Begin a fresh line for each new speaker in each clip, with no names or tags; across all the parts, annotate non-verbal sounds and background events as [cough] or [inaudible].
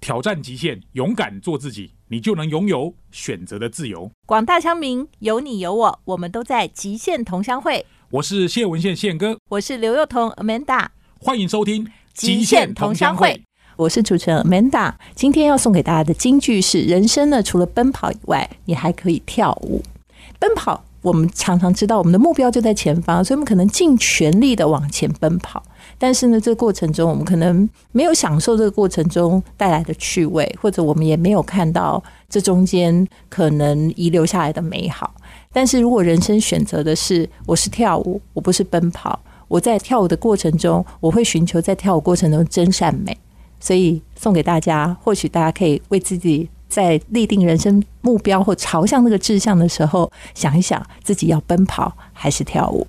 挑战极限，勇敢做自己，你就能拥有选择的自由。
广大乡民，有你有我，我们都在极限同乡会。
我是谢文宪宪哥，
我是刘幼彤 Amanda，
欢迎收听《。
我是主持人 Amanda。今天要送给大家的金句是：人生呢，除了奔跑以外，你还可以跳舞。奔跑，我们常常知道我们的目标就在前方，所以我们可能尽全力的往前奔跑。但是呢，这个过程中，我们可能没有享受这个过程中带来的趣味，或者我们也没有看到这中间可能遗留下来的美好。但是如果人生选择的是我是跳舞，我不是奔跑，我在跳舞的过程中，我会寻求在跳舞过程中真善美。所以送给大家，或许大家可以为自己在立定人生目标或朝向那个志向的时候，想一想自己要奔跑还是跳舞。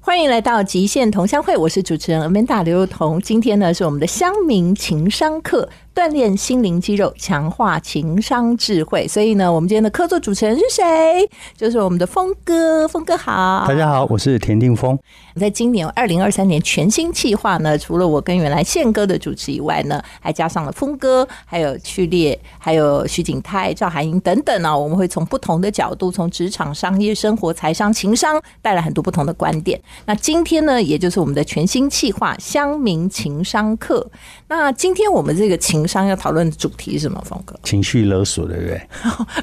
欢迎来到极限同乡会，我是主持人 Amanda 刘幼彤。今天呢是我们的乡民情商课，锻炼心灵肌肉，强化情商智慧。所以呢，我们今天的客座主持人是谁？就是我们的峰哥，峰哥好，
大家好，我是田定峰。
在今年二零二三年全新计划呢，除了我跟原来宪哥的主持以外呢，还加上了峰哥，还有序列，还有徐景泰、赵涵英等等呢、我们会从不同的角度，从职场、商业、生活、财商、情商，带来很多不同的观点。那今天呢，也就是我们的全新计划“乡民情商课”。那今天我们这个情商要讨论的主题是什么，峰哥？ [laughs]
情绪勒索，对不对？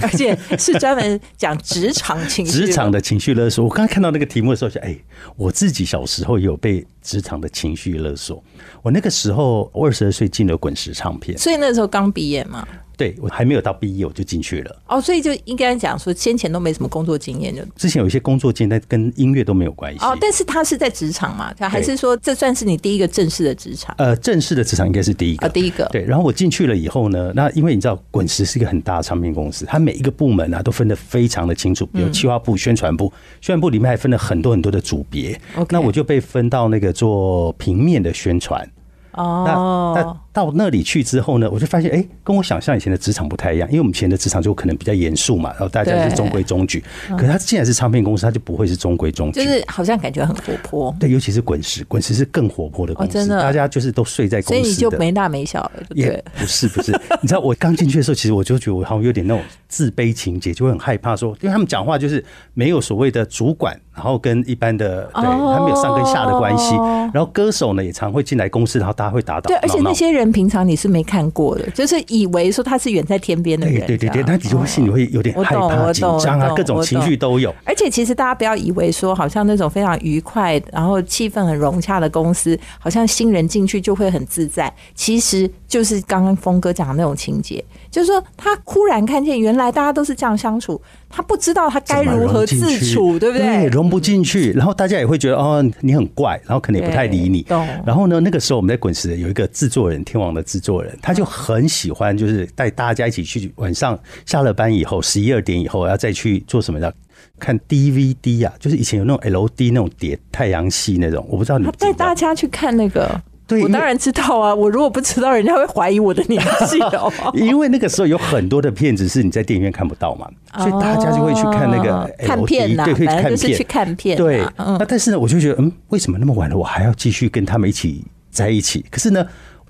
而且是专门讲职场情绪，
职场的情绪勒索，我刚才看到那个题目的时候，就哎，我自己小时候也有被职场的情绪勒索。我那个时候，我二十二岁进了滚石唱片，
所以那时候刚毕业嘛。
对我还没有到毕业我就进去了。
哦，所以就应该讲说，先前都没什么工作经验就
之前有一些工作经验，但跟音乐都没有关系。
哦，但是他是在职场嘛，他还是说这算是你第一个正式的职场
呃，正式的职场应该是第一
啊、
个。
第一个。
对，然后我进去了以后呢，那因为你知道滚石是一个很大的唱片公司，它每一个部门啊都分得非常的清楚，有
嗯
企划部、宣传部，宣传部里面还分了很多很多的组别。
OK
那我就被分到那个做平面的宣传。那那
哦，
到那里去之后呢，我就发现，哎、跟我想象以前的职场不太一样，因为我们以前的职场就可能比较严肃嘛，然后大家
对嗯
是中规中矩。可它既然是唱片公司，它就不会是中规中矩。
就是好像感觉很活泼，
对，尤其是滚石，滚石是更活泼的公司，
哦真的
大家就是都睡在
所
公
以
司的。
你就没大没小了，对不
也
对？
不是不是， [laughs] 你知道我刚进去的时候，其实我就觉得我好像有点那种自卑情节，就会很害怕说，因为他们讲话就是没有所谓的主管，然后跟一般的对，
哦
他们有上跟下的关系。然后歌手呢也常会进来公司，然后大家会打打
对，而且
闹
那
闹
些人平常你是没看过的，就是以为说他是远在天边的
对
人，
对对
这
对，
样
那你就会心里会有点
我
害
懂我懂
怕、紧张
我
啊，
懂
各种情绪都有。
而且其实大家不要以为说，好像那种非常愉快，然后气氛很融洽的公司，好像新人进去就会很自在。其实就是刚刚峰哥讲的那种情节，就是说他忽然看见原来大家都是这样相处，他不知道他该
怎么
如何
融进
自
去
处，对嗯不对？
融不进去，然后大家也会觉得哦，你很怪，然后可能也不太理你
对懂。
然后呢，那个时候我们在滚石有一个制作人，天王的制作人，他就
嗯
很喜欢，就是带大家一起去晚上下了班以后，十一二点以后，然后再去做什么的。看 DVD 啊，就是以前有那种 LD 那种碟太阳系那种，我不知道你
他
们知
带
不知道
大家去看那个。
对
我
因为
当然知道啊！我如果不知道，人家会怀疑我的年纪哦。
因为那个时候有很多的片子是你在电影院看不到嘛，所以大家就会去看那个
哦
LD,
看片呐
对，会去
反正
看
就是
片，
去看片
对
呐，嗯
那但是呢，我就觉得，嗯，为什么那么晚了，我还要继续跟他们一起在一起？可是呢，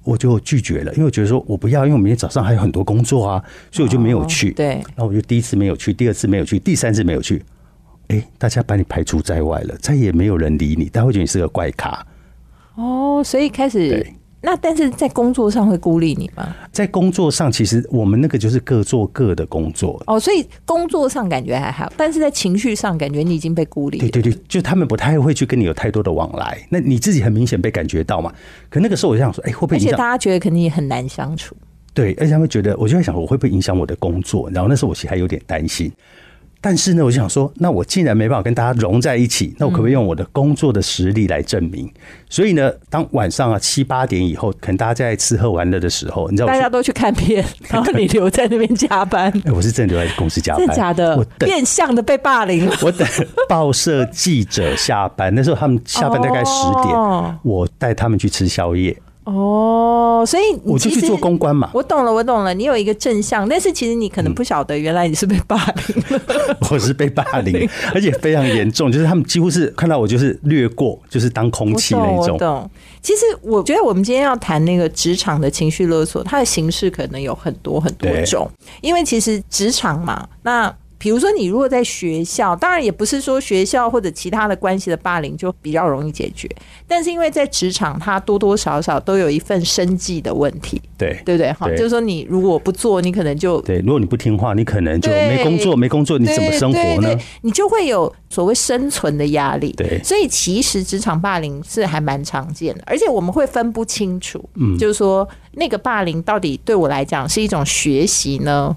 我就拒绝了，因为我觉得说我不要，因为我明天早上还有很多工作啊，所以我就没有去。
哦对
然后我就第一次没有去，第二次没有去，第三次没有去。哎、大家把你排除在外了，再也没有人理你，大家会觉得你是个怪咖。
哦，所以开始
对
那，但是在工作上会孤立你吗？
在工作上，其实我们那个就是各做各的工作，
哦，所以工作上感觉还好，但是在情绪上感觉你已经被孤立了
对对对，就他们不太会去跟你有太多的往来，那你自己很明显被感觉到嘛。可那个时候我就想说，哎、会不会
而
影
且
响
大？家觉得肯定也很难相处。
对，而且他们觉得，我就在想，我会不会影响我的工作？然后那时候我其实还有点担心。但是呢，我就想说，那我既然没办法跟大家融在一起，那我可不可以用我的工作的实力来证明？所以呢，当晚上啊七八点以后，可能大家在吃喝玩乐的时候，你知道我
大
去
家，都去看片，然后你留在那边加
[laughs]
班，
哎、我是真的留在公司加班，
真的假的
我？等
变相的被霸凌了。
[laughs] 我等报社记者下班，那时候他们下班大概十点，
哦
我带他们去吃宵夜。
哦，所以你
我就
其
去
实
做公
[laughs]
关嘛。
我懂了，我懂了，你有一个正向，但是其实你可
嗯
能不晓得，原来你是被霸凌了。
我是被霸凌，而且非常严重，就是他们几乎是看到我就是掠过，就是当空
我
气
懂，
那一
我
种。
懂。其实我觉得我们今天要谈那个职场的情绪勒索，它的形式可能有很多很多
对
种，因为其实职场嘛，那。比如说，你如果在学校，当然也不是说学校或者其他的关系的霸凌就比较容易解决，但是因为在职场，它多多少少都有一份生计的问题，
对
对不对？哈，
对
就是说你如果不做，你可能就
对，如果你不听话，你可能就
对
没工作，没工作你
对
怎么生活
对
呢
对？你就会有所谓生存的压力。
对
所以其实职场霸凌是还蛮常见的，而且我们会分不清楚，嗯，就是说那个霸凌到底对我来讲是一种学习呢？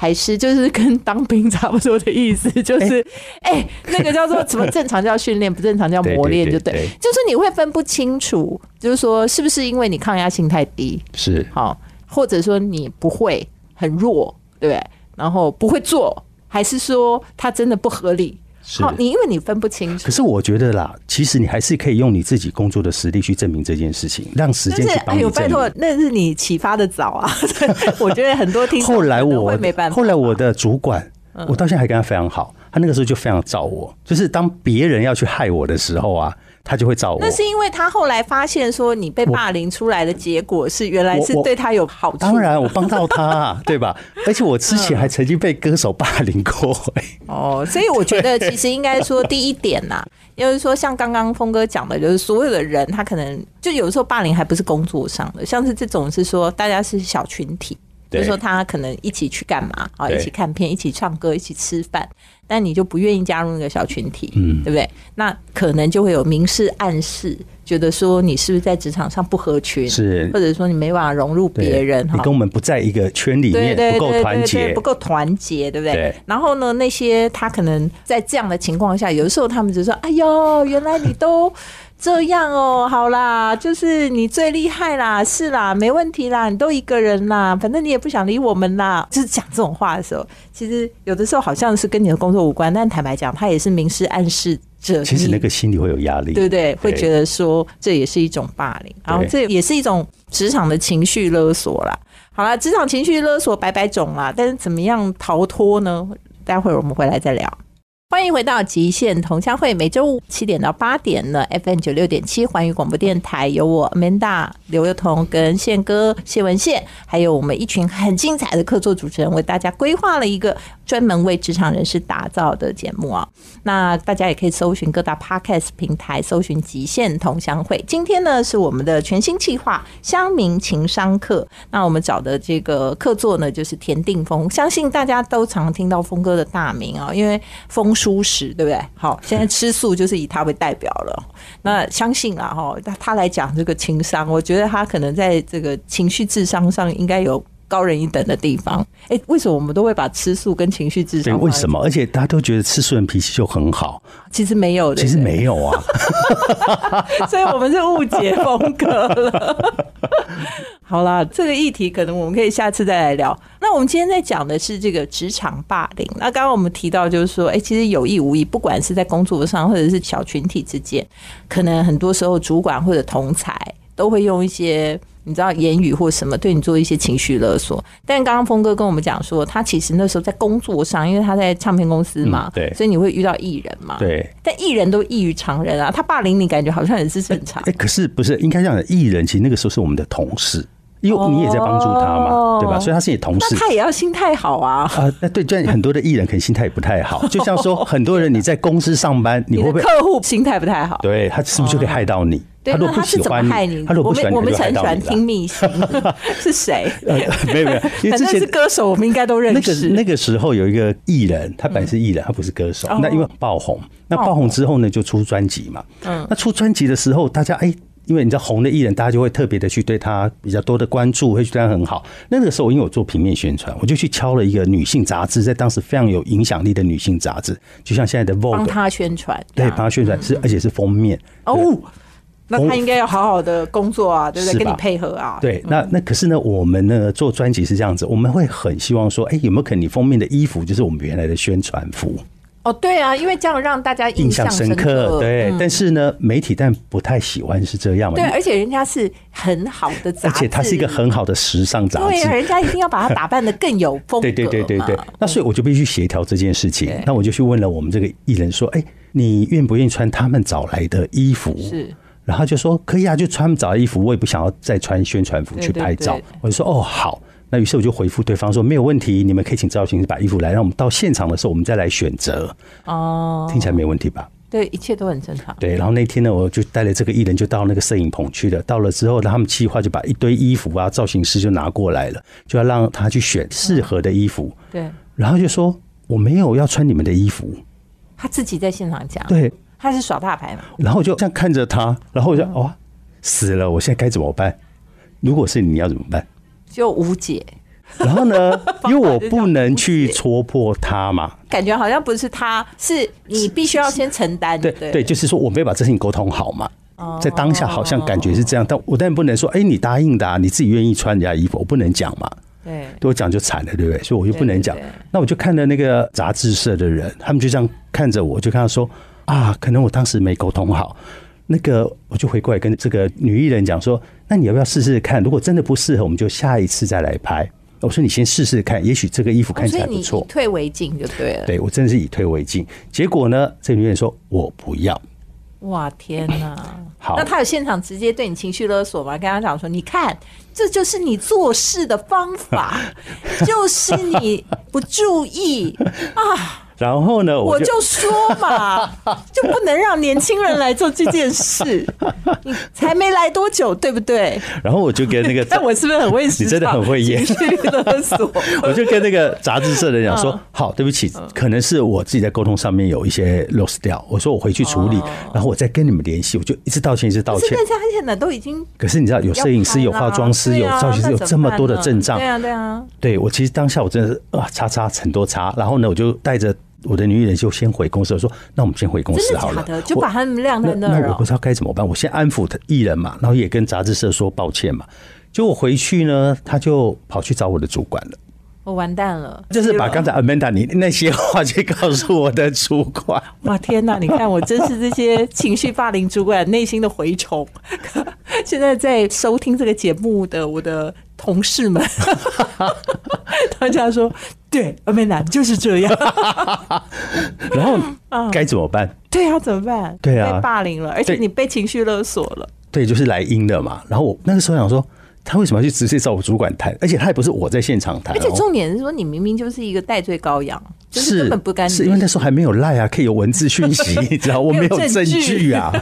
还是就是跟当兵差不多的意思， [laughs] 就是哎、那个叫做什么正常叫训练，不正常叫磨练，就
对对对对
就是你会分不清楚，就是说是不是因为你抗压性太低，
是
好，或者说你不会很弱，对不对？然后不会做，还是说它真的不合理？
是
好，。你因为你分不清楚
可，是我觉得啦，其实你还是可以用你自己工作的实力去证明这件事情，让时
但
间
是
去
哎
帮你
呦，
证
拜
明。
托，那是你启发的早
[laughs]
啊！我觉得很多听众
后来
可能
我
会没办法，啊嗯
后来我的主管，我到现在还跟他非常好。他那个时候就非常罩我，就是当别人要去害我的时候啊，他就会罩我。
那是因为他后来发现说你被霸凌出来的结果是原来
我
是
我
对他有好处，
当然我帮到
[laughs]
他、啊，对吧？而且我之前
嗯
还曾经被歌手霸凌过、哎
哦，所以我觉
[laughs]
得其实应该说第一点呐、就是说像刚刚峰哥讲的，就是所有的人他可能就有时候霸凌还不是工作上的，像是这种是说大家是小群体。就
对
是说他可能一起去干嘛啊？
对
一起看片，一起唱歌，一起吃饭，但你就不愿意加入那个小群体，嗯，对不对？那可能就会有明示暗示，觉得说你是不是在职场上不合群，
是
或者说你没办法融入
对
别人，
你
哈。
跟我们不在一个圈里
对
面，
对
不够
对
团
对对
结
不。够团结，对不对？
对
然后呢，那些他可能在这样的情况下，有的时候他们就说：“哎呦，原来你都这样哦，好啦，就是你最厉害啦，是啦，没问题啦，你都一个人啦，反正你也不想理我们
[laughs]
啦。”就是讲这种话的时候，其实有的时候好像是跟你的工作无关，但坦白讲，他也是明示暗示着
其实
你
那个心里会有压力，
对不对？会觉得说这也是一种霸凌，然后这也是一种职场的情绪勒索啦。好啦，职场情绪勒索百百种啦，但是怎么样逃脱呢？待会儿我们回来再聊。欢迎回到《极限同乡会》，每周五七点到八点呢，FM 九六点七环宇广播电台，有我 Amanda 刘幼彤跟宪哥谢文宪，还有我们一群很精彩的客座主持人，为大家规划了一个专门为职场人士打造的节目啊。那大家也可以搜寻各大 podcast 平台，搜寻“极限同乡会”。今天呢是我们的全新计划“乡民情商课”。那我们找的这个客座呢就是田定峰，相信大家都常听到峰哥的大名啊、因为峰叔食，对不对？好，现在吃素就是以他为代表了。那相信啊，哈，他他来讲这个情商，我觉得他可能在这个情绪智商上应该有。高人一等的地方，哎、为什么我们都会把吃素跟情绪智
对，
商？
为什？么？而且大家都觉得吃素人脾气就很好，
其实没有的，
其实没有啊。
[laughs] 所以我们是误解峰哥了。 [laughs] 好啦，这个议题可能我们可以下次再来聊。那我们今天在讲的是这个职场霸凌。那刚刚我们提到就是说，哎、其实有意无意，不管是在工作上或者是小群体之间，可能很多时候主管或者同才都会用一些。你知道言语或什么对你做一些情绪勒索，但刚刚峰哥跟我们讲说，他其实那时候在工作上，因为他在唱片公司嘛，
嗯对
所以你会遇到艺人嘛，
对，
但艺人都异于常人啊，他霸凌你，感觉好像也是正常
哎、。可 [laughs] 是不是应该这样的？艺人其实那个时候是我们的同事，因为你也在帮助他嘛，
哦
对吧？所以他是你同事
那。他也要心态好啊，
啊、那对，这样很多的艺人可能心态也不太好，就像
[laughs]
说很多人你在公司上班，你
你
会
的
不会
客户心态不太好。
对他是不是就可以害到你？
哦对，
如
那
果不
他是
喜
怎么
欢
害
他如果
我
不喜
们
欢
我
你，啊
们很喜
就害到
欢
你
听
了。
密
[laughs]
信，是谁？
呃， [laughs] 没有
[laughs]
没有，因为
反
之
正
前
是歌手，我们应该都认
那个
识。
那个时候有一个艺人，他本来是艺人，他不是歌手
哦。
那因为爆红，那爆红之后呢，就出专辑嘛。嗯，那出专辑的时候，大家哎。因为你知道红的艺人，大家就会特别的去对他比较多的关注，会去对他很好。那个时候，因为我做平面宣传，我就去敲了一个女性杂志，在当时非常有影响力的女性杂志，就像现在的
帮
Vogue，
他嗯宣传，
哦对，
这样
帮他宣传是，而且是封面。
哦，那
我
他应该要好好的工作啊，对不对？
是吧
跟你配合啊，
对，那那可是呢，我们呢做专辑是这样子，我们会很希望说，哎、有没有可能你封面的衣服就是我们原来的宣传服？
哦，对啊，因为这样让大家
印
象嗯
象深刻，对。但是呢，媒体但不太喜欢是这样嘛
对，，而且人家是很好的杂
而
志，
且它是一个很好的时尚杂
对
志
啊，，人家一定要把它打扮的更有风格
[laughs] 对对对对对
嘛，
那所以我就必须协调这件事情
对。
那我就去问了我们这个艺人说：“哎、你愿不愿意穿他们找来的衣服？”
是。
然后他就说：“可以啊，就穿找来衣服，我也不想要再穿宣传服去
对对
拍照。
对
我就说：“哦，好。”那于是我就回复对方说：“没有问题，你们可以请造型师把衣服来，让我们到现场的时候我们再来选择。
哦，
听起来没问题吧？
对，一切都很正常。
对，然后那天呢，我就带了这个艺人就到那个摄影棚去了。到了之后，他们企划就把一堆衣服啊，造型师就拿过来了，就要让他去选适合的衣服。
对，
然后就说我没有要穿你们的衣服，
他自己在现场讲，
对，
他是耍大牌嘛？
然后我就这样看着他，然后我就哦死了，我现在该怎么办？如果是你要怎么办？
就无解，
然后
[laughs]
呢，因为我
叫
不能去戳破他嘛，
感觉好像不是他，是你必须要先承担。
对
对哦
对，就是说我没有把这事情沟通好嘛。在当下好像感觉是这样，但我当然不能说，哎、你答应的、啊，你自己愿意穿人家衣服，我不能讲嘛。
对
对我讲就惨了，对不对？所以我就不能讲
对对对。
那我就看了那个杂志社的人，他们就这样看着我，就跟他说啊，可能我当时没沟通好。那个我就回过来跟这个女艺人讲说，那你要不要试试看？如果真的不适合，我们就下一次再来拍。我说你先试试看，也许这个衣服看
哦
起
所以
来不
你
错
以。退为进就对了。
对我真的是以退为进。结果呢，这个女人说我不要。
哇，天哪！
[coughs] 好
那他有现场直接对你情绪勒索吗？跟他讲说，你看，这就是你做事的方法，
[laughs]
就是你不注意啊。
然后呢，
我
就
就说
[laughs]
嘛，就不能让年轻人来做这件事。你才没来多久，对不对？
然后我就跟
[laughs]
那个
但我是不是很会时
你真的很会演
情绪勒
[laughs]
索？
我就跟那个杂志社的人讲
嗯
说，好，对不起，可能是我自己在沟通上面有一些 lost 掉，我说我回去处理
哦，
然后我再跟你们联系，我就一直道歉，一直道
现
歉
在。他现在都已经
可是你知道，有摄影师、有化妆师、有
要拍啦啊
造型师，有
对啊
这么多的
那怎
阵
么
仗
办，呢对啊，对啊。
对我其实当下我真的是啊，叉叉很多叉。然后呢，我就带着我的女艺人就先回公司，我说那我们先回公
真
司
的
好
假
了
的？，就
我
把他们晾在
那
那儿
我
哦
不知道该怎么办，我先安抚他艺人嘛，然后也跟杂志社说抱歉嘛。结果回去呢，他就跑去找我的主管了。
我完蛋了，
就是把刚才
啊
Amanda 你那些话去告诉我的主
[laughs]
管，
哇天哪！你看，我真是这些情绪霸凌主管内心的蛔虫。 [laughs] 现在在收听这个节目的我的同事们， [laughs] 大家说，对，阿美娜就是这样。 [laughs]
然后该怎么办？
对啊，怎么办？
对啊
被霸凌了，而且
对
你被情绪勒索了。
对，就是来阴的嘛。然后我那个时候想说，他为什么要去直接找我主管谈？而且他也不是我在现场谈
而且
哦，
重点是说，你明明就是一个戴罪羔羊，就是根本不干
是因为
净。
那时候还没有赖啊，可以有文字
[laughs]
讯息，你知道我
没
没
有
有
证
证
据
据啊，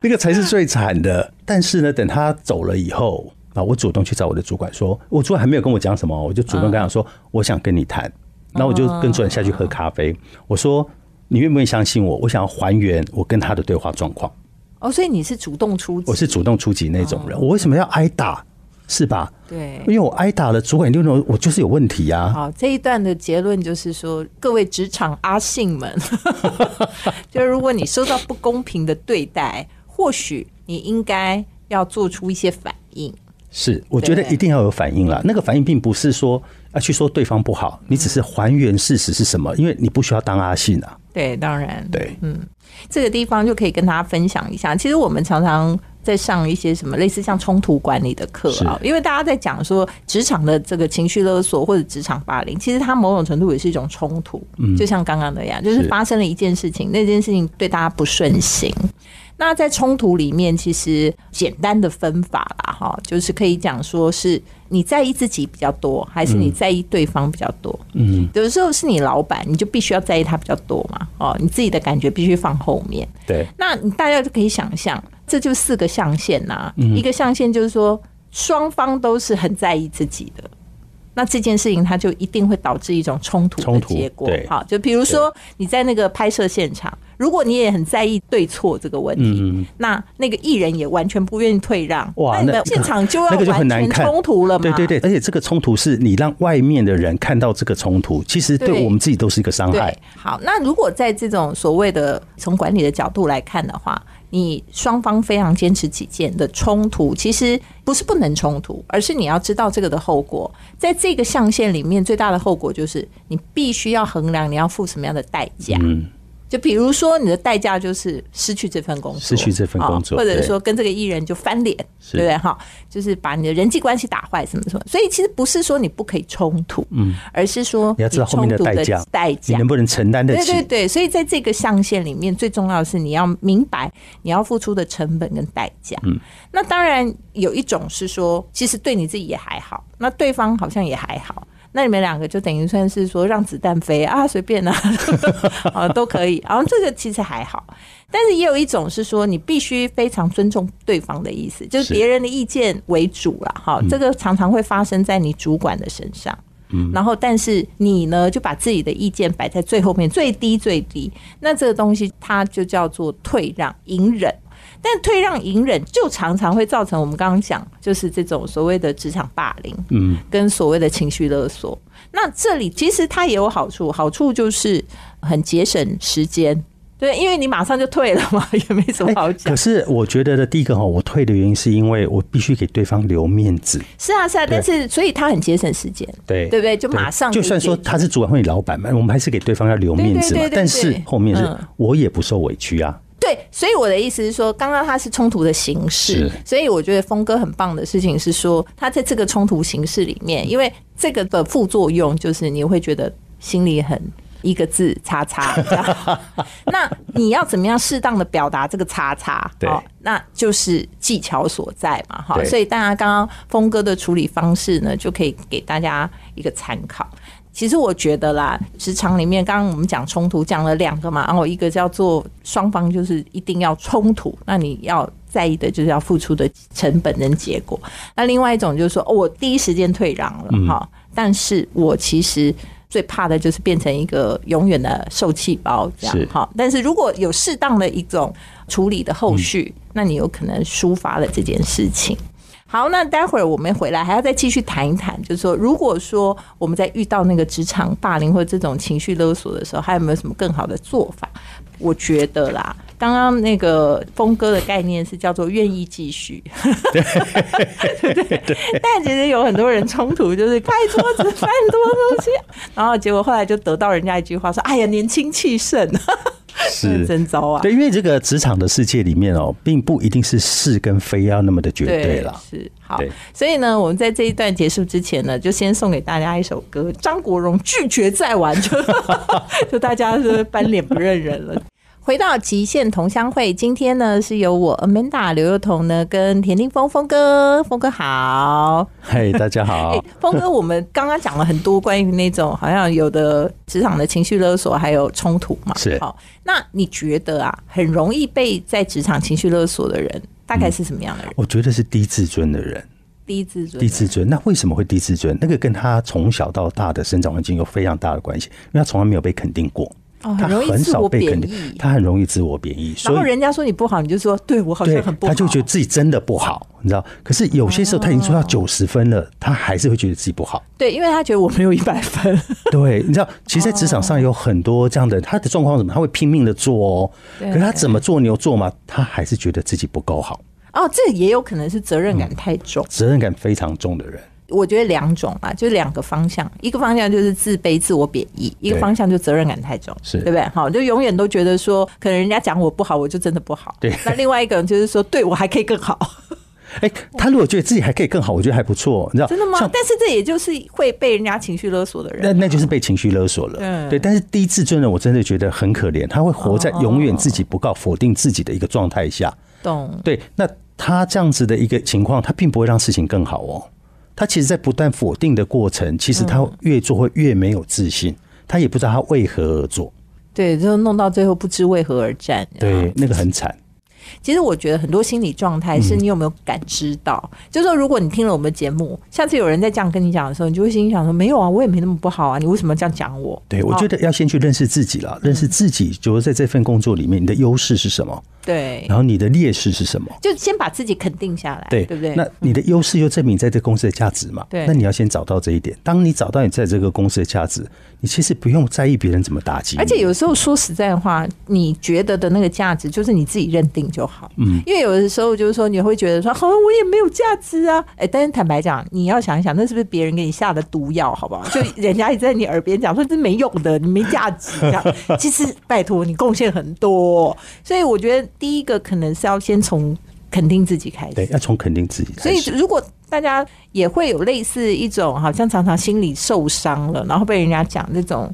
那个才是最惨的。但是呢，等他走了以后啊，我主动去找我的主管说，我主管还没有跟我讲什么，哦我就主动跟他
嗯
讲说，我想跟你谈。然后我就跟主管下去喝咖啡，我说你愿不愿意相信我？我想要还原我跟他的对话状况。
哦，所以你是主动出击，
我是主动出击那种
哦
人，我为什么要挨打？是吧？
对
因为我挨打了，主管就认为我就是有问题啊。
好，这一段的结论就是说，各位职场阿信们， [laughs] 就是如果你受到不公平的对待，或许你应该要做出一些反应。
是，我觉得
对
一定要有反应啦。那个反应并不是说啊去说对方不好，你只是还原事实是什
嗯
么，因为你不需要当阿信啊。
对，当然，
对，
这个地方就可以跟大家分享一下。其实我们常常在上一些什么类似像冲突管理的课啊，因为大家在讲说职场的这个情绪勒索或者职场霸凌，其实它某种程度也是一种冲突。嗯，就像刚刚那样，就是
是
发生了一件事情，那件事情对大家不顺心。那在冲突里面，其实简单的分法啦，哈，就是可以讲说是你在意自己比较多，还是你在意对方比较多？嗯，有的时候是你老板，你就必须要在意他比较多嘛，哦，你自己的感觉必须放后面。
对，
那你大家就可以想象，这就四个象限呐、
嗯
一个象限就是说，双方都是很在意自己的，那这件事情它就一定会导致一种冲突的
冲突
结果
对。
好，就比如说你在那个拍摄现场，如果你也很在意对错这个问
嗯
题，那那个艺人也完全不愿意退让，
哇
那你们
那
现场就要
那个就很
完
难
全
看
冲突了嘛？
对对对，而且这个冲突是你让外面的人看到这个冲突，其实对
对
我们自己都是一个伤害
对。，好，那如果在这种所谓的从管理的角度来看的话，你双方非常坚持己见的冲突，其实不是不能冲突，而是你要知道这个的后果。在这个象限里面，最大的后果就是你必须要衡量你要付什么样的代价。
嗯，
就比如说，你的代价就是失去这份工作，
失去这份工作
啊或者
对
说跟这个艺人就翻脸，
是
对不对？哈，就是把你的人际关系打坏，什么什么。所以其实不是说你不可以冲突，嗯，而是说
你要知道后面的
冲突
代
的
价，
代
你
价
能。不能承担得
对
起？
对对，所以在这个象限里面，最重要的是你要明白你要付出的成本跟代价。嗯，那当然有一种是说，其实对你自己也还好，那对方好像也还好。那你们两个就等于算是说让子弹飞啊，随便啊， [laughs] 啊都可以。然后这个其实还好，但是也有一种是说你必须非常尊重对方的意思，就是
是
别人的意见为主啦。哈，
嗯
这个常常会发生在你主管的身上。
嗯
然后但是你呢，就把自己的意见摆在最后面，最低最低。那这个东西它就叫做退让、隐忍。但退让、隐忍就常常会造成我们刚刚讲，就是这种所谓的职场霸凌，嗯，跟所谓的情绪勒索。那这里其实它也有好处，好处就是很节省时间，对，因为你马上就退了嘛， [laughs] 也没什么
哎
好
可
讲。
是我觉得的第一个哈，我退的原因是因为我必须给对方留面子，
是啊，是啊，但是所以它很节省时间，
对
对不对？就马上
就
可以
算说
解决
他是主管或你老板嘛，我们还是给对方要留面子嘛
对对对对。对
但是后面是
嗯
我也不受委屈啊，
对，所以我的意思是说，刚刚它是冲突的形式
是，
所以我觉得峰哥很棒的事情是说，他在这个冲突形式里面，因为这个的副作用就是你会觉得心里很一个字叉叉。这
[laughs]
样那你要怎么样适当的表达这个叉叉？
对
哦那就是技巧所在嘛，哈。
对
所以大家刚刚峰哥的处理方式呢，就可以给大家一个参考。其实我觉得啦，职场里面刚刚我们讲冲突讲了两个嘛，然哦后一个叫做双方就是一定要冲突，那你要在意的就是要付出的成本跟结果。那另外一种就是说，哦，我第一时间退让了哈、但是我其实最怕的就是变成一个永远的受气包这样
是
哈。但是如果有适当的一种处理的后续，
嗯
那你有可能抒发了这件事情。好，那待会儿我们回来还要再继续谈一谈，就是说，如果说我们在遇到那个职场霸凌或者这种情绪勒索的时候，还有没有什么更好的做法？我觉得啦，刚刚那个峰哥的概念是叫做愿意继
[laughs]
续，但其实有很多人冲突，就是拍桌子翻多东西，然后结果后来就得到人家一句话说：“哎呀，年轻气盛，
是
[laughs] 真糟啊
对，因为这个职场的世界里面哦，并不一定是是跟非要那么的！”绝对啦。
是好
对。
所以呢，我们在这一段结束之前呢，就先送给大家一首歌，张国荣拒绝再玩，就
[laughs]
就大家是翻脸不认人了。回到极限同乡会，今天呢是由我 Amanda 刘幼彤呢跟田定峰峰哥，峰哥好，
嘿，大家好
[laughs] 哎，峰哥，我们刚刚讲了很多关于那种好像有的职场的情绪勒索，还有冲突嘛。
是
好，那你觉得啊，很容易被在职场情绪勒索的人，大
嗯
概是什么样的人？
我觉得是低自尊的人，
低自尊，
低自尊。那为什么会低自尊？那个跟他从小到大的生长环境有非常大的关系，因为他从来没有被肯定过，
哦，
他
很容易
很
自
少
我
被
贬
肯定
义，。
他很容易自我贬义，所
然
以
后人家说你不好，你就说对我好
对，
像很不好，哦
他就觉得自己真的不好，你知道？可是有些时候他已经做到九十分了，他还是会觉得自己不好。
对，因为他觉得我没有一百
[laughs]
分， [laughs]
对，你知道，其实，在职场上有很多这样的，他的状况是什么？他会拼命的做哦，
对
可是他怎么做牛做马，他还是觉得自己不够好，
哦，这也有可能是责任感太重。
责任感非常重的人。
我觉得两种啊，就两个方向，一个方向就是自卑、自我贬义，一个方向就责任感太重，
是
对不对？好，就永远都觉得说，可能人家讲我不好，我就真的不好。
对
那另外一个人就是说，对我还可以更
[laughs]
好，
哎，他如果觉得自己还可以更好，我觉得还不错，你知道？
真的吗
像？
但是这也就是会被人家情绪勒索的
那
人。
那就是被情绪勒索了，
嗯
对。但是低自尊的，我真的觉得很可怜，他会活
哦
在永远自己不够、否定自己的一个状态下。
懂？
对，那他这样子的一个情况，他并不会让事情更好哦。他其实，在不断否定的过程，其实
嗯
他越做会越没有自信，他也不知道他为何而做。
对，就弄到最后不知为何而战。
对，啊那个很惨。
其实我觉得很多心理状态
嗯
是你有没有感知到，就是说，如果你听了我们的节目，下次有人在这样跟你讲的时候，你就会心里想说：没有啊，我也没那么不好啊，你为什么这样讲我？
对，我觉
得
得要先去认识自己
嗯
了，认识自己，就是在这份工作里面，你的优势是什么，
哦对，
然后你的劣势是什么。
就先把自己肯定下来，
对，
对不对？嗯
那你的优势又证明在这公司的价值嘛？
对
那你要先找到这一点。当你找到你在这个公司的价值，你其实不用在意别人怎么打击你。
而且有时候说实在话，你觉得的那个价值就是你自己认定就好。
嗯，
因为有的时候就是说，你会觉得说，好、我也没有价值啊。哎，但是坦白讲，你要想一想，那是不是别人给你下的毒药，好不好？就人家也在你耳边讲说这没用的，你没价值这样。其实拜托，你贡献很多，所以我觉得第一个可能是要先从肯定自己开
对，
始。
要从肯定自己
所
开
以
始。，
如果大家也会有类似一种，好像常常心里受伤了，然后被人家讲这种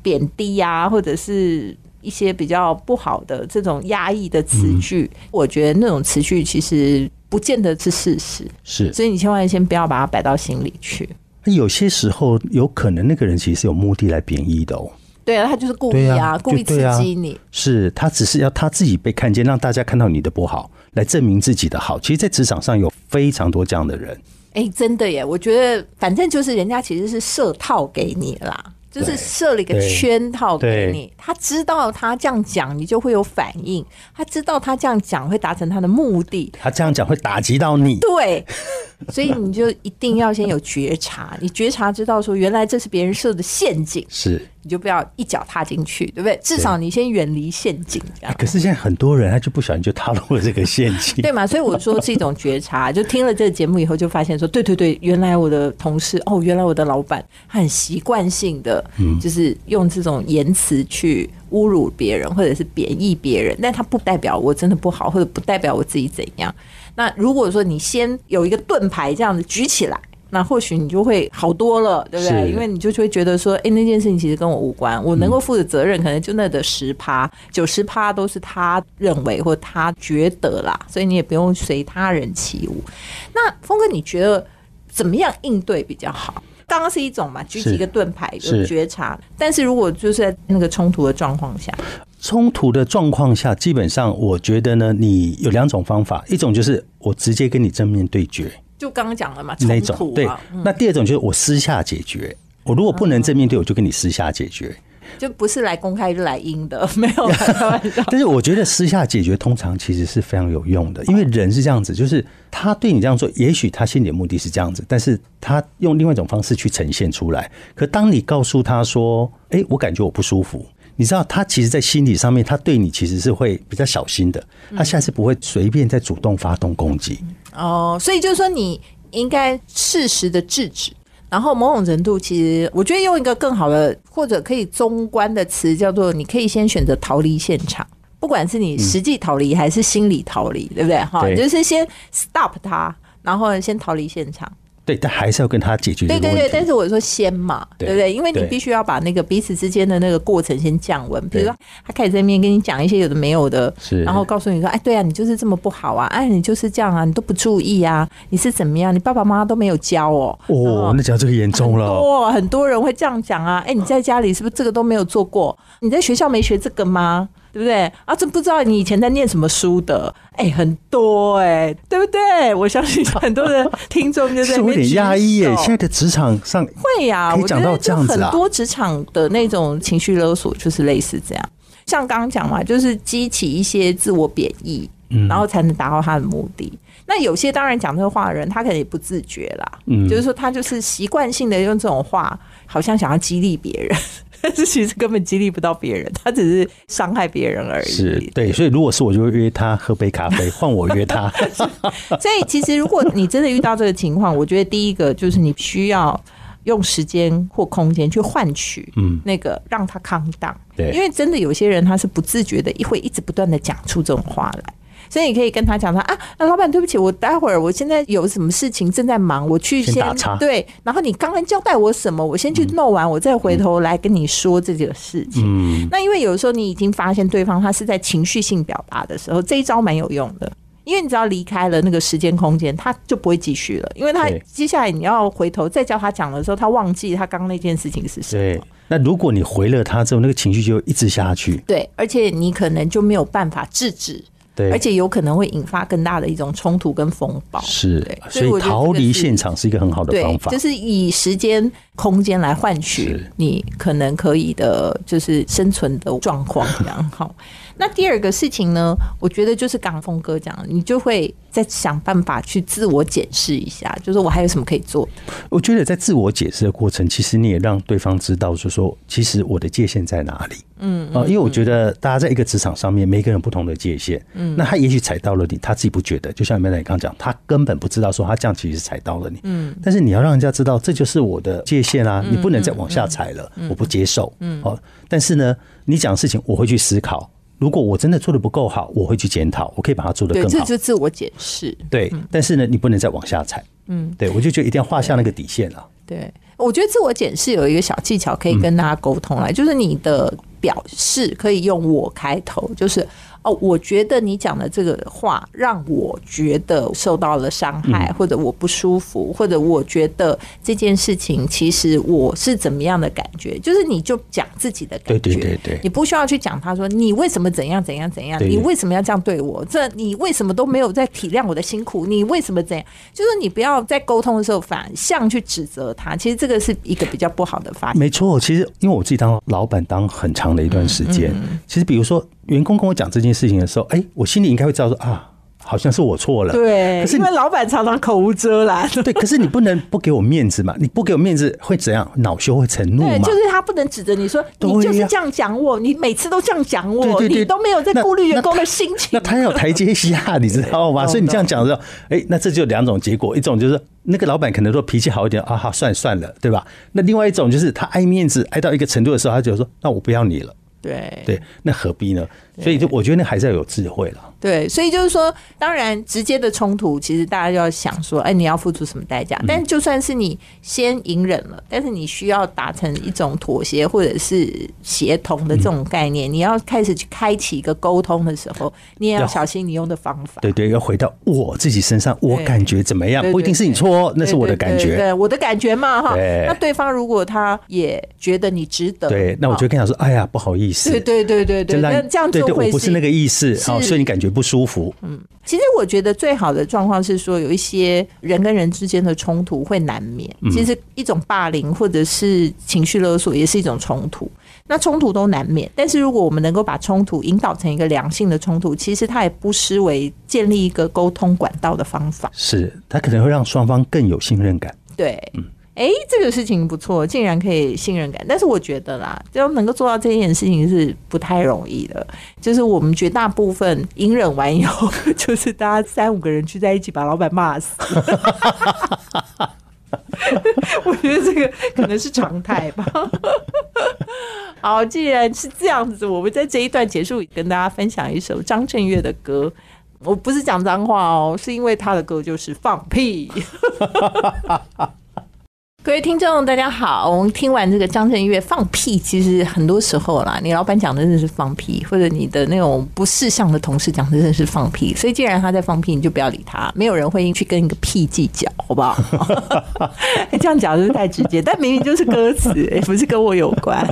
贬低啊，或者是一些比较不好的这种压抑的词句，我觉得那种词句其实不见得是事实，
是
所以你千万先不要把它摆到心里去。
有些时候有可能那个人其实是有目的来贬义的哦。
对啊，他就是故意
对
啊，
啊
故意
就
刺
对啊
激你。
是他只是要他自己被看见，让大家看到你的不好，来证明自己的好。其实，在职场上有非常多这样的人，
哎、真的耶！我觉得反正就是人家其实是设套给你啦，就是设了一个圈套给你。他知道他这样讲，你就会有反应；他知道他这样讲会达成他的目的。
他这样讲会打击到你。
对，所以你就一定要先有觉察，你觉察知道说原来这是别人设的陷阱，
是，
你就不要一脚踏进去，对不对？至少你先远离陷阱，这样
可是现在很多人他就不小心就踏入了这个陷阱。
对嘛？所以我说是一种觉察， [laughs] 就听了这个节目以后，就发现说，对对对，原来我的同事哦，原来我的老板他很习惯性的，就是用这种言辞去侮辱别人或者是贬义别人，但他不代表我真的不好，或者不代表我自己怎样。那如果说你先有一个盾牌这样子举起来。那或许你就会好多了，对不对？
是
因为你就会觉得说，哎、那件事情其实跟我无关，我能
嗯
够负的责任可能就那的十趴、九十趴都是他认为或他觉得啦，所以你也不用随他人起舞。那峰哥，你觉得怎么样应对比较好？刚刚是一种嘛，举起一个盾牌，有
是
觉察。但是如果就是在那个冲突的状况下，
冲突的状况下，基本上我觉得呢，你有两种方法，一种就是我直接跟你正面对决
就刚刚讲了嘛，冲
那
突啊
种，对
嘛，。
那第二种就是我私下解决。我如果不能正面对，我就跟你私下解决。
就不是来公开就来阴的，没有
[laughs]
啦开玩笑。
但是我觉得私下解决通常其实是非常有用的，因为人是这样子，就是他对你这样做，也许他心里的目的是这样子，但是他用另外一种方式去呈现出来。可当你告诉他说：“哎、我感觉我不舒服。”你知道，他其实，在心理上面，他对你其实是会比较小心的，他下次不会随便再主动发动攻击。
哦，所以就是说你应该适时的制止。然后某种程度，其实我觉得用一个更好的或者可以中观的词，叫做你可以先选择逃离现场，不管是你实际逃离还是心理逃离，对不对？哈，
对
就是先 stop 它，然后先逃离现场。
对，但还是要跟他解决这
对
个
对
问题。
对，但是我说先嘛，对
对
不对？因为你
对
必须要把那个彼此之间的那个过程先降温。比如
对
说，他开始在那边跟你讲一些有的没有的，
是
然后告诉你说：“哎，对啊，你就是这么不好啊，哎，你就是这样啊，你都不注意啊，你是怎么样？你爸爸妈妈都没有教哦。”
哦，那讲到这个严重
很
了，
多很多人会这样讲啊，哎、你在家里是不是这个都没有做过？你在学校没学这个吗？对不对？啊，这不知道你以前在念什么书的，哎、很多哎、对不对？我相信很多的听众就在
是
那
我有
边
点压抑耶
举。手
现在的职场上，
会呀、
可以
我觉
讲
得
到
就
这样子
很
啊
多职场的那种情绪勒索就是类似这样，像刚刚讲嘛，就是激起一些自我贬义，
嗯
然后才能达到他的目的。那有些当然讲这个话的人，他可能也不自觉啦，
嗯
就是说他就是习惯性的用这种话，好像想要激励别人， [laughs] 但是其实根本激励不到别人，他只是伤害别人而已。
是对，所以如果是我就会约他喝杯咖啡，换我约他。
所以其实如果你真的遇到这个情况，我觉得第一个就是你需要用时间或空间去换取，嗯
嗯，
那个让他康荡。
对
因为真的有些人他是不自觉的，会一直不断的讲出这种话来。所以你可以跟他讲说啊，那老板对不起，我待会儿我现在有什么事情正在忙，我去
先打岔
对，然后你刚刚交代我什么，我先去弄完，我再回头来跟你说这个事情。
嗯，
那因为有时候你已经发现对方他是在情绪性表达的时候，这一招蛮有用的。因为你只要离开了那个时间空间，他就不会继续了。因为他
对
接下来你要回头再叫他讲的时候，他忘记他刚刚那件事情是什么。
对。那如果你回了他之后，那个情绪就一直下去。
对，而且你可能就没有办法制止，
对，
而且有可能会引发更大的一种冲突跟风暴。
是
对，所
所
以我
以
觉得这个
逃离
是
现场是一个很好的
对
方，法
就。是以时间、空间来换取
是
你可能可以的，就是生存的状况这样好。 [laughs] 那第二个事情呢，我觉得就是刚刚峰哥讲的，你就会再想办法去自我检视一下，就是我还有什么可以做的。
我觉得在自我解释的过程，其实你也让对方知道，就是说，其实我的界限在哪里。嗯，啊，因为我觉得大家在一个职场上面，每个人有不同的界限。嗯，嗯，那他也许踩到了你，他自己不觉得，就像梅兰你刚刚讲，他根本不知道说他这样其实踩到了你，嗯，但是你要让人家知道这就是我的界限啊，你不能再往下踩了，我不接受，嗯，哦，但是呢，你讲事情我会去思考，如果我真的做的不够好，我会去检讨，我可以把它做得
对，
更
这
好，
就自我解释。
对，但是呢，你不能再往下踩，嗯，对我就觉得一定要画下那个底线啊了。
对，我觉得自我检视有一个小技巧可以
嗯
跟大家沟通来，就是你的表示可以用“我”开头，就是哦，我觉得你讲的这个话让我觉得受到了伤害，
嗯
或者我不舒服，或者我觉得这件事情其实我是怎么样的感觉，就是你就讲自己的感觉，
对对对对
你不需要去讲他说你为什么怎样怎样怎样，
对
你为什么要这样对我？这你为什么都没有在体谅我的辛苦？你为什么怎样？就是你不要在沟通的时候反向去指责他，其实这个是一个比较不好的发言。
没错，其实因为我自己当老板当很长的一段时
嗯
间，其实比如说员工跟我讲这件事情的时候，哎、我心里应该会知道说啊，好像是我错了。
对
可是你
老板常常口无遮拦。
对，可是你不 [laughs] 能不给我面子嘛，你不给我面子会怎样？恼羞会成怒
对，
嘛
就。是他不能指着你说，
对
你
呀
就是这样讲我，你每次都这样讲我，
对对对
你都没有在顾虑员工的心情
那。他要有台阶下，你知
[laughs]
道吗？
懂
所以你这样讲的时候，哎、那这就有两种结果，一种就是那个老板可能说脾气好一点啊，好算了算了，对吧？那另外一种就是他爱面子，爱到一个程度的时候，他就说那我不要你了，
对
对，那何必呢？所以就我觉得那还是要有智慧了。
对，所以就是说，当然直接的冲突，其实大家就要想说，哎，你要付出什么代价？
嗯
但就算是你先隐忍了，但是你需要达成一种妥协或者是协同的这种概念，
嗯
你要开始去开启一个沟通的时候，你也要
要
小心你用的方法。
对对，要回到我自己身上，我感觉怎么样
对？对
不一定是你错哦，那是我的
对对
感
对
觉。
对我的感觉嘛哈。
对
那对方如果他也觉得你值得，
对，那我就
哈
跟他说：“哎呀，不好意思，
对对对对对，
就让
那这样
对
做
对，
会
我不是那个意思
是嗯
哦，所以你感觉不舒服。
其实我觉得最好的状况是说，有一些人跟人之间的冲突会难免。其实一种霸凌或者是情绪勒索也是一种冲突。那冲突都难免，但是如果我们能够把冲突引导成一个良性的冲突，其实它也不失为建立一个沟通管道的方法。
是他可能会让双方更有信任感。
对，哎、这个事情不错，竟然可以信任感。但是我觉得啦，要能够做到这件事情是不太容易的。就是我们绝大部分隐忍完以后， [laughs] 就是大家三五个人聚在一起把老板骂死。 [laughs] 我觉得这个可能是常态吧。 [laughs] 好，既然是这样子，我们在这一段结束，跟大家分享一首张震岳的歌。我不是讲脏话哦，是因为他的歌就是放屁。各位听众，大家好。我们听完这个张震岳放屁，其实很多时候啦，你老板讲的真的是放屁，或者你的那种不识相的同事讲的真的是放屁。所以，既然他在放屁，你就不要理他。没有人会去跟一个屁计较，好 [laughs] 不好？这样讲就是太直接，但明明就是歌词，也不是跟我有关。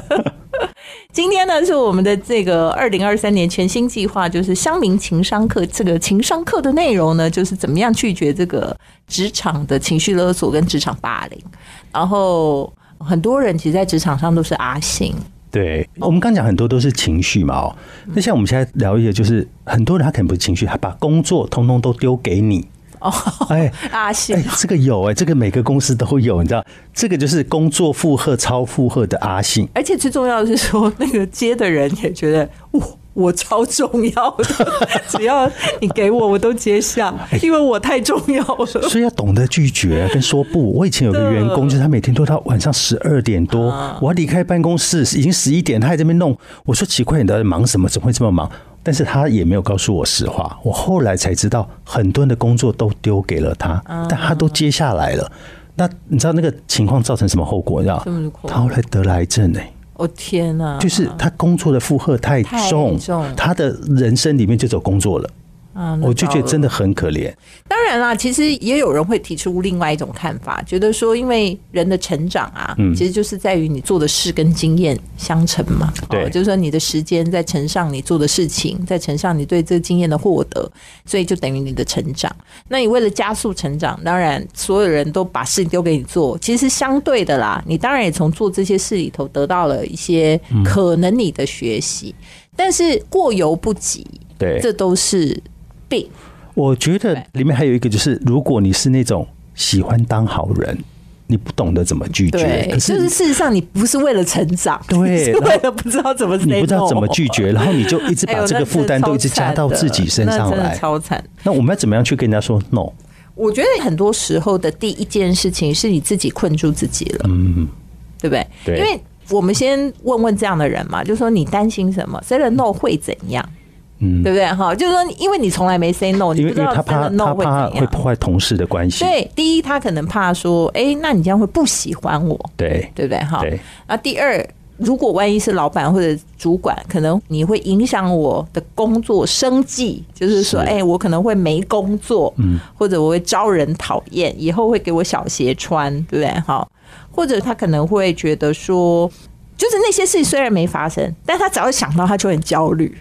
今天呢是我们的这个二零二三年全新计划，就是乡民情商课。这个情商课的内容呢，就是怎么样拒绝这个职场的情绪勒索跟职场霸凌。然后很多人其实，在职场上都是阿信，
对我们刚讲很多都是情绪嘛哦，
嗯
那像我们现在聊一些，就是很多人他可能不是情绪，他把工作通通都丢给你。
哦，
哎
阿信
哎，这个有哎、这个每个公司都有，你知道，这个就是工作负荷超负荷的
[laughs]
阿信。
而且最重要的是说，那个接的人也觉得我我超重要 [laughs] 的，只要你给我，我都接下，因为我太重要了。
所以要懂得拒绝跟说不。我以前有个员工，就是他每天都到晚上十二点多，
啊
我要离开办公室，已经十一点，他还在那边弄。我说奇怪，你到底忙什么？怎么会这么忙？但是他也没有告诉我实话。我后来才知道，很多人的工作都丢给了他，
啊
但他都接下来了。那你知道那个情况造成什么后果？你知道
什么后果？
他后来得了癌症哎、
我、天哪、
就是他工作的负荷太
啊太
重，
重
他的人生里面就只有工作了，
啊，那
我就觉得
糟了
真的很可怜。
当然啦，其实也有人会提出另外一种看法，觉得说，因为人的成长啊，
嗯
其实就是在于你做的事跟经验相乘嘛。哦
对
就是说你的时间再乘上你做的事情，再乘上你对这个经验的获得，所以就等于你的成长。那你为了加速成长，当然所有人都把事丢给你做，其实相对的啦，你当然也从做这些事里头得到了一些
嗯
可能你的学习，但是过犹不及，
对
这都是病。
我觉得里面还有一个就是，如果你是那种喜欢当好人，你不懂得怎么拒绝，
对，
可
就是
是
事实上你不是为了成长，[laughs]
对
你是为了不知道怎么，
你不知道怎么拒。
[laughs]
绝，然后你就一直
哎
把
呦，
这个负担都一直加到自己身上
那真的
来。
超惨。
那我们要怎么样去跟人家说 no？
我觉得很多时候的第一件事情是你自己困住自己了，
嗯，
对不对？
对
因为我们先问问这样的人嘛，就说你担心什么？say 了 no 会怎样？
嗯
对不对？哈，就是说，因为你从来没 say no，你
因为
不
因
知道
为他
say
怕
了
他
no 会
怕
怎
会
样。
破坏同事的关系，
对，第一，他可能怕说，哎，那你这样会不喜欢我，
对
对不对？哈
对。
那第二，如果万一是老板或者主管，可能你会影响我的工作生计，就是说，
是
哎、我可能会没工作，嗯，或者我会招人讨厌，以后会给我小鞋穿，对不对？哈，或者他可能会觉得说。就是那些事情虽然没发生，但他只要想到他就很焦虑，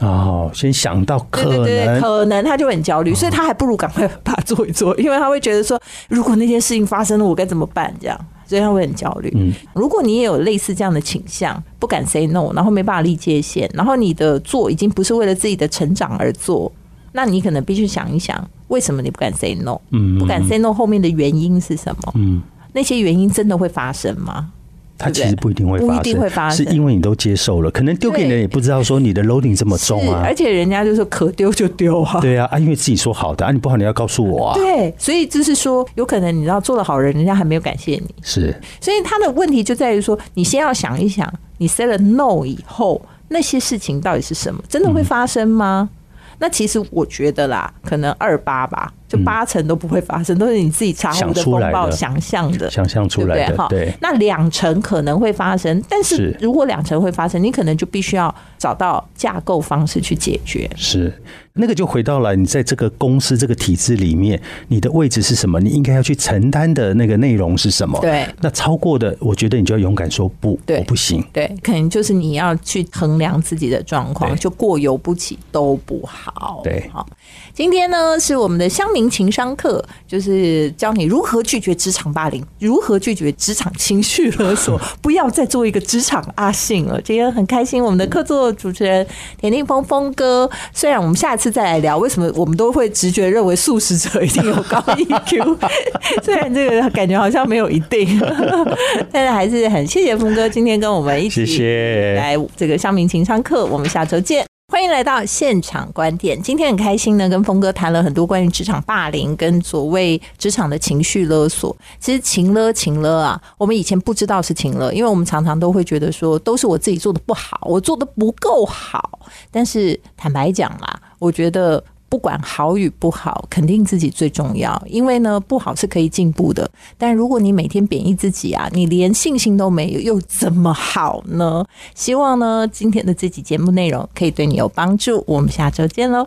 哦，先想到
对
可
对对对，
能哦
可能他就很焦虑，所以他还不如赶快把它做一做，因为他会觉得说，如果那件事情发生了，我该怎么办？这样，所以他会很焦虑。
嗯，
如果你也有类似这样的倾向，不敢 say no，然后没办法立界限，然后你的做已经不是为了自己的成长而做，那你可能必须想一想，为什么你不敢 say no？
嗯
不敢 say no 后面的原因是什么？
嗯，
那些原因真的会发生吗？
它
对不
其
对
实不一定会
不一
发
定会发
是
生
因为你都接受了，可能丢给
对
人也不知道说你的 loading 这么
是
重，啊
而，且人家就说可丢就丢啊。
对啊啊，因为自己说好的啊，你不好你要告诉我啊，
对，所以就是说，有可能你知道做了好人，人家还没有感谢你，
是
所以他的问题就在于说，你先要想一想，你 say 了 no 以后，那些事情到底是什么？真的会发生吗？那其实我觉得啦，可能二八吧，就八成都不会发生，都是你自己茶壶的
嗯想出
风
来的
暴想象的。
想象
对
出
不对
来？的
哈，，
对，
那两成可能会发生，但是
是
如果两成会发生，你可能就必须要找到架构方式去解决。
是那个就回到了你在这个公司这个体制里面，你的位置是什么？你应该要去承担的那个内容是什么？
对
那超过的，我觉得你就要勇敢说不，
对
我不行。
对，可能就是你要去衡量自己的状况，
对
就过犹不及都不好。
对
好，今天呢是我们的乡民情商课，就是教你如何拒绝职场霸凌，如何拒绝职场情绪勒
[laughs]
索，不要再做一个职场阿信了。今天很开心，我们的客座主持人田定峰峰哥，虽然我们下一次再来聊为什么我们都会直觉认为素食者一定有高
[laughs]
EQ，虽然这个感觉好像没有一定，但是还是很谢谢峰哥今天跟我们一起
谢谢
来这个乡民情商课，我们下周见。欢迎来到现场观点。今天很开心呢，跟峰哥谈了很多关于职场霸凌跟所谓职场的情绪勒索。其实情勒情勒啊，我们以前不知道是情勒，因为我们常常都会觉得说都是我自己做的不好，我做的不够好。但是坦白讲啦，我觉得不管好与不好，肯定自己最重要。因为呢，不好是可以进步的，但如果你每天贬义自己啊，你连信心都没有，又怎么好呢？希望呢，今天的这期节目内容可以对你有帮助。我们下周见喽。